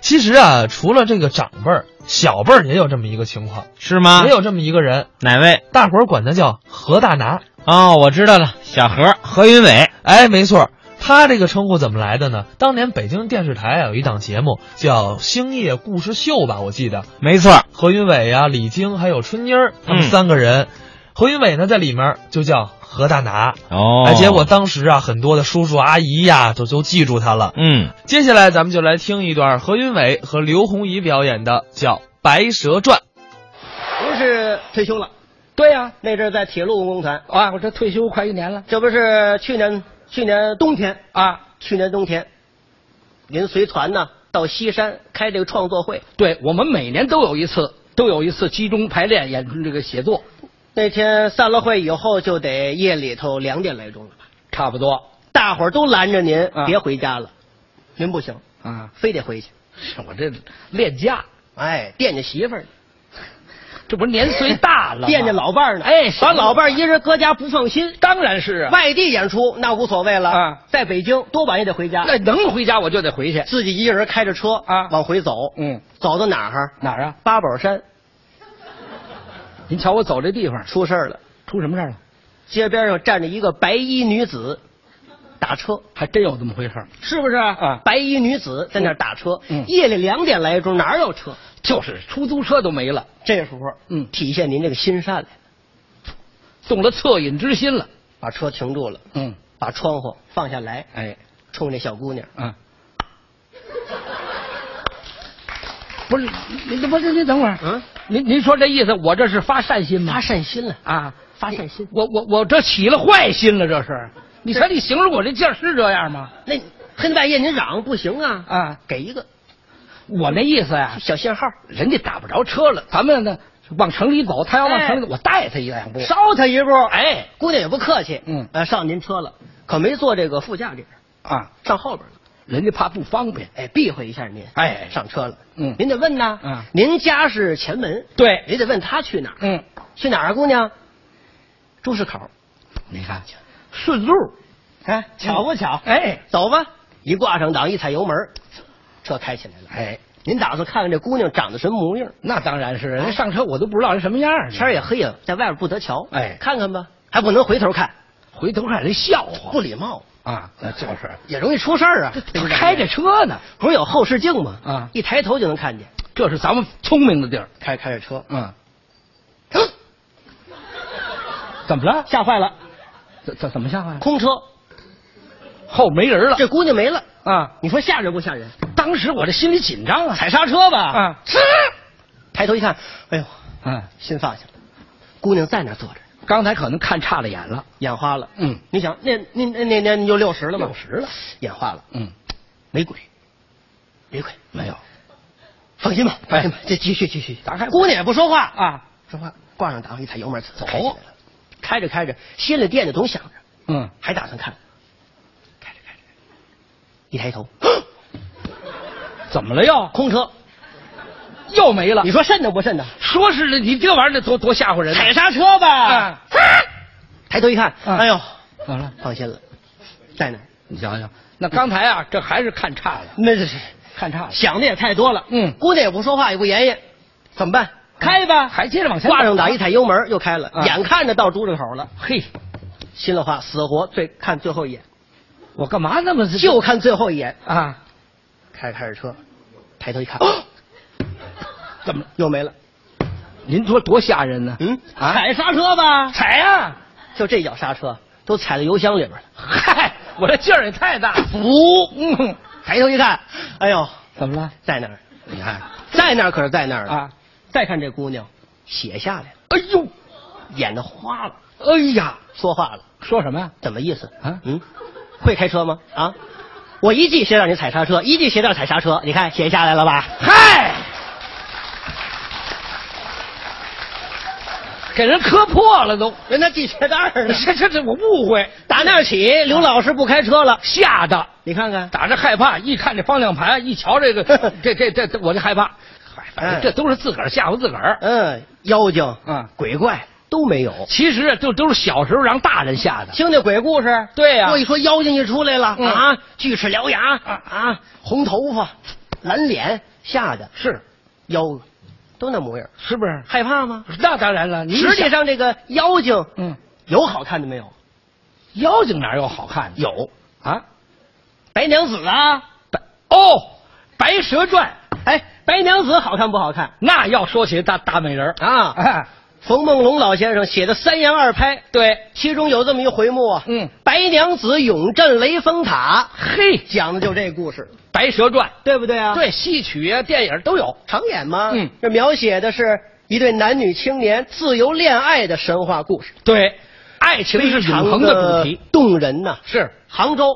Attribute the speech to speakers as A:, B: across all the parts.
A: 其实啊，除了这个长辈儿，小辈儿也有这么一个情况，
B: 是吗
A: 也？有这么一个人，
B: 哪位？
A: 大伙儿管他叫何大拿。
B: 哦，我知道了，小何何云伟。
A: 哎，没错儿，他这个称呼怎么来的呢？当年北京电视台啊有一档节目叫《星夜故事秀》吧，我记得
B: 没错儿，
A: 何云伟啊、李菁还有春妮儿他们
B: 嗯
A: 三个人，何云伟呢在里面就叫何大拿。
B: 哦
A: 哎，结果当时啊，很多的叔叔阿姨呀、就都记住他了。
B: 嗯，
A: 接下来咱们就来听一段何云伟和刘洪怡表演的叫《白蛇传》。
C: 您是退休了？
D: 对呀、
C: 那阵儿在铁路文工团，
D: 啊，我这退休快一年了
C: 这不是去年去年冬天，
D: 啊。
C: 去年冬天，您随团呢到西山开这个创作会，
D: 对我们每年都有一次，都有一次集中排练演出这个写作，
C: 那天散了会以后就得夜里头两点来钟了吧？
D: 差不多
C: 大伙儿都拦着您、
D: 啊
C: 别回家了，您不行，
D: 啊。
C: 非得回去。
D: 是我这恋家，
C: 哎，惦记媳妇儿呢，
D: 这不是年岁大了吗，
C: 惦记老伴儿呢。
D: 哎，
C: 把
D: 行
C: 老伴儿一人搁家不放心。
D: 当然是啊，
C: 外地演出那无所谓了，
D: 啊
C: 在北京多晚也得回家。
D: 那能回家我就得回去。
C: 自己一个人开着车
D: 啊
C: 往回走，
D: 嗯，
C: 走到哪儿？
D: 哪儿啊？
C: 八宝山
D: 您瞧我走这地方
C: 出事儿了。
D: 出什么事儿了？
C: 街边上站着一个白衣女子，打车，
D: 还真有这么回事儿，
C: 是不是？
D: 啊
C: 白衣女子在那儿打车，
D: 嗯
C: 夜里两点来钟哪有车？
D: 就是出租车都没了，
C: 这时候，
D: 嗯
C: 体现您这个心善来了，
D: 动了恻隐之心了。
C: 把车停住了，
D: 嗯，
C: 把窗户放下来，
D: 哎，
C: 冲这小姑娘，
D: 啊，不是，您您不是您等会儿，
C: 嗯，
D: 您您说这意思，我这是发善心吗？
C: 发善心了，
D: 啊，
C: 嗯发善心。
D: 我我我这起了坏心了，这是。你瞧，你形容我这劲儿是这样吗？
C: 那黑天半夜您嚷不行啊，
D: 啊，
C: 给一个
D: 我那意思呀、
C: 小信号，
D: 人家打不着车了，咱们呢往城里走，他要
C: 哎
D: 往城里走，我带他一两步。
C: 捎她一步。
D: 哎，
C: 姑娘也不客气，
D: 嗯
C: 呃，上您车了，可没坐这个副驾里边，
D: 啊，
C: 上后边了。
D: 人家怕不方便。
C: 哎，避讳一下您。
D: 哎
C: 上车了。
D: 嗯
C: 您得问呐。
D: 嗯
C: 您家是前门，
D: 对，
C: 您得问他去哪儿。
D: 嗯，
C: 去哪儿啊，姑娘？朱市口。
D: 你看，顺路，嗯
C: 哎，巧不巧？
D: 哎
C: 走吧。一挂上档，一踩油门，车开起来了。
D: 哎，
C: 您打算看看这姑娘长得什么模样？
D: 那当然是人家上车，我都不知道人什么样儿呢。
C: 天儿也黑了，在外边不得瞧。
D: 嗯哎
C: 看看吧，还不能回头看，
D: 回头看人笑话，
C: 不礼貌，哎
D: 啊，那就是
C: 也容易出事儿啊。
D: 开着车呢，
C: 不是有后视镜吗？
D: 啊
C: 一抬头就能看见。
D: 这是咱们聪明的地儿。
C: 开开着车，
D: 嗯，怎么了？
C: 吓坏了，
D: 怎怎怎么吓坏了？
C: 空车，
D: 后没人了
C: 这姑娘没了。
D: 啊！
C: 你说吓人不吓人？
D: 当时我这心里紧张啊，
C: 踩刹车吧！
D: 啊
C: 呲，抬头一看，哎呦，
D: 嗯，
C: 心放下了。姑娘在那儿坐着，
D: 刚才可能看差了眼了，
C: 眼花了。
D: 嗯，
C: 你想，那那那那年你就六十了吗？
D: 60了，
C: 眼花了，
D: 嗯，
C: 没鬼，没哎鬼，
D: 没有
C: 放心吧，放心吧，这继续继续。咱还姑娘也不说话，
D: 啊，
C: 说话挂上档，一踩油门走
D: 走
C: 开起来了。开着开着，心里惦记总想着，
D: 嗯，
C: 还打算看。开着开着，一抬头，
D: 怎么了又
C: 空车，
D: 又没了
C: 你？说瘆得不瘆得？
D: 说是你这玩意儿多多吓唬人呢，
C: 踩刹车吧！
D: 啊
C: 抬头一看，
D: 嗯
C: 哎呦，
D: 怎么了？
C: 放心了，在哪儿？
D: 你想想，那刚才啊，这还是看差了，
C: 那这是
D: 看差了，
C: 啊想的也太多了。
D: 嗯
C: 姑娘也不说话，也不言语，怎么办？开吧，
D: 还接着往前走
C: 挂上档，一踩油门又开了，
D: 啊
C: 眼看着到朱家口了。
D: 嘿，
C: 心里话，死活最看最后一眼，
D: 我干嘛那么
C: 就看最后一眼。
D: 啊？
C: 开着开着车，抬头一看，
D: 怎么？
C: 又没了。
D: 您说多吓人呢？
C: 嗯，
D: 啊，
C: 踩刹车吧，
D: 踩啊呀！
C: 就这脚刹车都踩到油箱里边了。
D: 嗨，我这劲儿也太大了。
C: 啊不，
D: 嗯，
C: 抬头一看，哎呦，
D: 怎么了？
C: 在那儿，
D: 你看
C: 在那儿可是在那儿了。
D: 啊，
C: 再看这姑娘，血下来了，
D: 哎呦，
C: 眼都花了，
D: 哎呀，
C: 说话了。
D: 说什么呀？
C: 怎么意思
D: 啊
C: 嗯，会开车吗？啊，我一系鞋带你踩刹车，一系鞋带踩刹车，你看鞋下来了吧？
D: 嗨，给人磕破了都。
C: 人家系鞋带儿呢。
D: 这这这，我误会，
C: 打那儿起，刘老师不开车了。
D: 吓的，
C: 你看看，
D: 打着害怕，一看这方向盘，一瞧这个，这这这，这我就害怕。嗨，反正这都是自个儿吓唬自个儿。
C: 嗯，妖精、
D: 嗯
C: 鬼怪都 没有。
D: 其实啊，就都是小时候让大人吓的。
C: 听那鬼故事，
D: 对呀
C: 我一说妖精就出来了、
D: 嗯
C: 啊，锯齿獠牙
D: 啊
C: 啊，红头发，蓝脸，吓得
D: 是
C: 腰都那模样，
D: 是不是？
C: 害怕吗？
D: 那当然了，你
C: 实际
D: 想，
C: 上这个妖精
D: 嗯，
C: 有好看的没有？
D: 妖精哪有好看的？
C: 有
D: 啊，
C: 白娘子啊，
D: 白哦，《白蛇传》
C: 哎，白娘子好看不好看？
D: 那要说起大大美人儿
C: 啊
D: 哎，
C: 冯梦龙老先生写的三言二拍，
D: 对，
C: 其中有这么一回目啊，
D: 嗯，
C: 白娘子永镇雷峰塔，
D: 嘿，《
C: 讲的就这故事，
D: 白蛇传
C: 对不对啊？》，
D: 对戏曲啊、电影都有。
C: 常演嘛，
D: 嗯
C: 这描写的是一对男女青年自由恋爱的神话故事，
D: 对，爱情是
C: 非常
D: 永恒的主题。
C: 动人呐、
D: 是
C: 杭州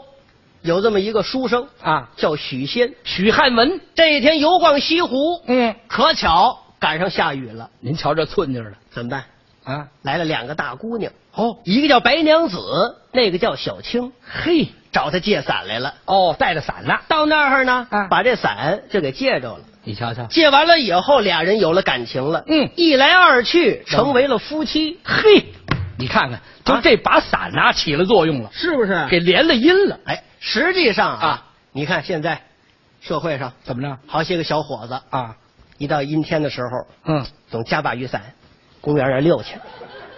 C: 有这么一个书生
D: 啊，
C: 叫许仙，
D: 许汉文，
C: 这一天游逛西湖，
D: 嗯，
C: 可巧赶上下雨了，
D: 您瞧这寸劲儿的
C: 怎么办？
D: 啊，
C: 来了两个大姑娘，
D: 哦，
C: 一个叫白娘子，那个叫小青，
D: 嘿，
C: 找她借伞来了。
D: 哦，带着伞呢，
C: 到那儿呢，
D: 啊
C: 把这伞就给借着了。
D: 你瞧瞧，
C: 借完了以后，俩人有了感情了。
D: 嗯
C: 一来二去，成为了夫妻，
D: 嘿，你看看，就
C: 啊
D: 这把伞呐、起了作用了，
C: 是不是
D: 给连了音了。
C: 哎，实际上啊，
D: 啊
C: 你看现在社会上
D: 怎么着
C: 好些个小伙子，
D: 啊？
C: 一到阴天的时候，
D: 嗯，
C: 总加把雨伞，公园那溜去，公园那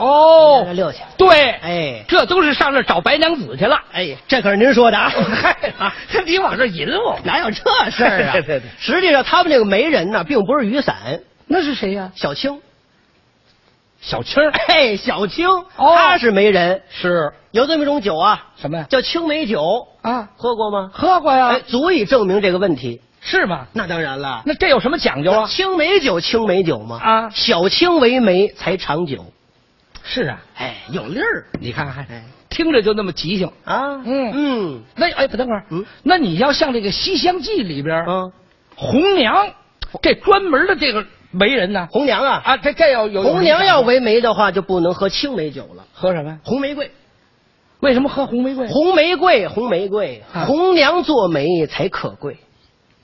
D: 哦，
C: 溜去。
D: 对，
C: 哎
D: 这都是上那儿找白娘子去 了。
C: 哎，这可是您说的啊！
D: 嗨
C: 啊，
D: 你往这儿引我
C: 哪有这事儿啊？
D: 对对对
C: 实际上他们这个媒人呢，并不是雨伞，
D: 那是谁呀、
C: 小 青。
D: 小青儿
C: 哎，小青，
D: 哦
C: 她是媒人，
D: 是
C: 有这么一种酒啊，
D: 什么呀？
C: 叫青梅酒，
D: 啊，
C: 喝过吗？
D: 喝过呀
C: 哎，足以证明这个问题。
D: 是吗？
C: 那当然了，
D: 那这有什么讲究啊？
C: 青梅酒，青梅酒嘛，
D: 啊
C: 小青为媒才长久。
D: 是啊，
C: 哎，有粒儿
D: 你看看
C: 哎，
D: 听着就那么吉性。
C: 啊，嗯
D: 那哎，等会儿，
C: 嗯
D: 那你要像这个《西厢记》里边，
C: 嗯，
D: 红娘这专门的这个媒人呢，
C: 红娘啊，
D: 啊，这这要有
C: 红娘要
D: 为
C: 为媒的话，就不能喝青梅酒了，
D: 喝什么呀？
C: 红玫瑰，
D: 为什么喝红玫瑰？
C: 红玫瑰，红玫瑰，
D: 啊
C: 红娘做媒才可贵。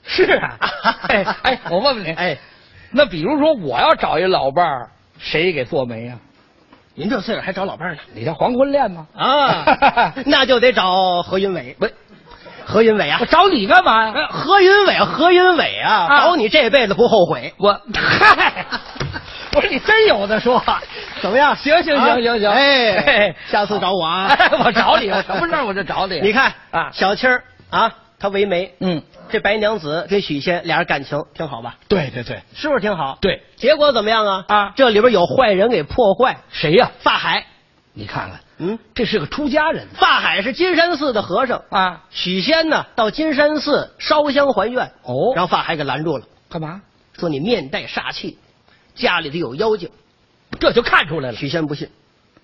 D: 是啊， 哎哎，我问问你，
C: 哎，
D: 那比如说我要找一老伴儿，谁给做媒呀、
C: 您这岁数还找老伴儿呢？
D: 你这黄昏恋吗？
C: 啊， 那就得找何云伟。
D: 喂，
C: 何云伟啊
D: 我，找你 干嘛呀？
C: 何云伟，何云伟啊，
D: 啊
C: 保你这辈子不后悔。
D: 我 嗨，我说你真有的说，
C: 怎么样？
D: 行行行行行
C: 啊哎
D: 哎，
C: 下次找我啊
D: 哎， 我找你，我什么事儿我就找 你。
C: 你看
D: 啊，
C: 小青儿啊，她为媒，
D: 嗯，
C: 这白娘子跟许仙俩人感情挺好吧？
D: 对对对
C: 是不是挺好？。
D: 对，
C: 结果怎么样啊？
D: 啊
C: 这里边有坏人给破坏。
D: 谁呀、
C: 法海，
D: 你看看，
C: 嗯，
D: 这是个出家人
C: 法海是金山寺的和尚。
D: 啊。
C: 许仙呢，到金山寺烧香还愿，
D: 哦
C: 让法海给拦住了，
D: 干嘛？
C: 说你面带煞气，家里头有妖精。
D: 这就看出来了。
C: 许仙不信，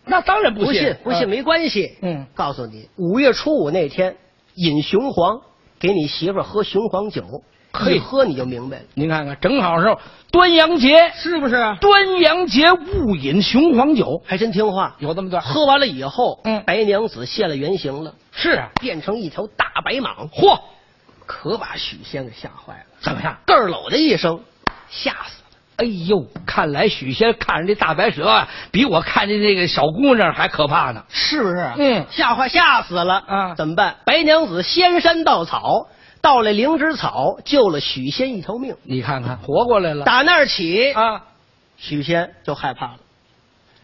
D: 那当然
C: 不
D: 信，
C: 不信
D: 啊
C: 没关系。
D: 嗯
C: 告诉你，五月初五那天饮雄黄，给你媳妇儿喝雄黄酒，
D: 嘿
C: 一喝你就明白了，
D: 您看看，正好是端阳节，
C: 是不是？
D: 端阳节勿饮雄黄酒，
C: 还真听话，
D: 有这么段？
C: 喝完了以后，啊
D: 嗯
C: 白娘子现了原形了，
D: 是啊，
C: 变成一条大白蟒，
D: 嚯，
C: 可把许仙给吓坏了。
D: 怎么样？
C: 咯儿喽的一声，吓死了。
D: 哎呦，看来许仙看着这大白蛇啊，比我看见那个小姑娘还可怕呢。
C: 是不是？
D: 嗯
C: 吓坏吓死了
D: 啊
C: 怎么办？白娘子仙山稻草，到了灵芝草，救了许仙一条命。
D: 你看看，活过来了
C: 打那儿起，
D: 啊！
C: 许仙就害怕了，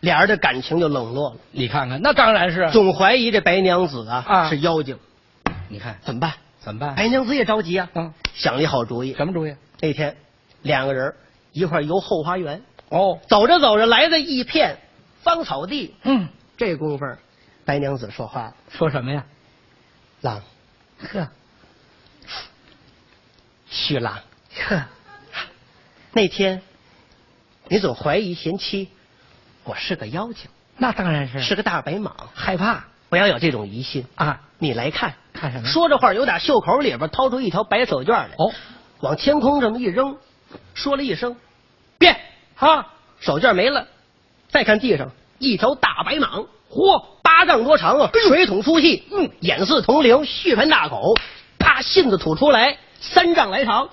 C: 俩人的感情就冷落了，
D: 你看看，那当然是。
C: 总怀疑这白娘子啊
D: 啊
C: 是妖精，
D: 你看
C: 怎么办？
D: 怎么办？
C: 白娘子也着急啊，
D: 啊，
C: 想了一好主意。
D: 哎什么主意？
C: 那天两个人一块儿游后花园，
D: 哦，
C: 走着走着来到一片芳草地，
D: 嗯，
C: 这功夫儿白娘子说话了
D: 说什么呀？：“
C: 郎，
D: 呵
C: 徐郎，
D: 呵，
C: 那天你总怀疑贤妻，我是个妖精，
D: 那当然是
C: 是个大白蟒，
D: 害怕
C: 不要有这种疑心。
D: 啊！
C: 你来看，
D: 看什么？
C: 说着话，由打袖口里边掏出一条白手绢来，
D: 哦，
C: 往天空这么一扔，说了一声“变
D: 哈，”，
C: 手绢没了。再看地上，一条大白蟒，
D: 嚯，
C: 巴掌多长啊，水桶粗细，
D: 哎嗯，
C: 眼似铜铃，血盆大口，啪，信子吐出来，三丈来 长。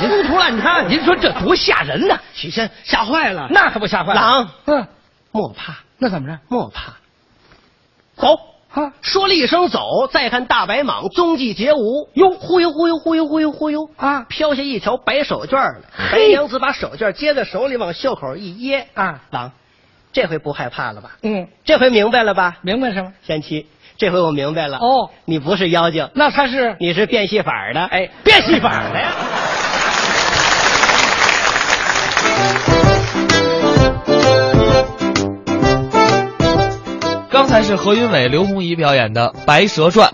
C: 您胡说乱
D: 那
C: 唱，
D: 您说这多吓人呐！
C: 许仙吓坏了。
D: 那可不吓坏了
C: 狼
D: 嗯，
C: 莫怕，
D: 那怎么着？
C: 莫怕，走，
D: 啊
C: 说了一声走，再看大白蟒踪迹皆无，哟，忽悠忽悠忽悠忽悠忽悠
D: 啊
C: 飘下一条白手绢来。白娘子把手绢接在手里，往袖口一掖，
D: 啊，
C: 郎，这回不害怕了吧？
D: 嗯，
C: 这回明白了吧，
D: 明白什么？
C: 贤妻？这回我明白了，
D: 哦，
C: 你不是妖精，
D: 那他是
C: 你是变戏法儿的，
D: 哎
C: 变戏法儿的呀。
A: 刚才是何云伟、刘洪怡表演的《白蛇传》，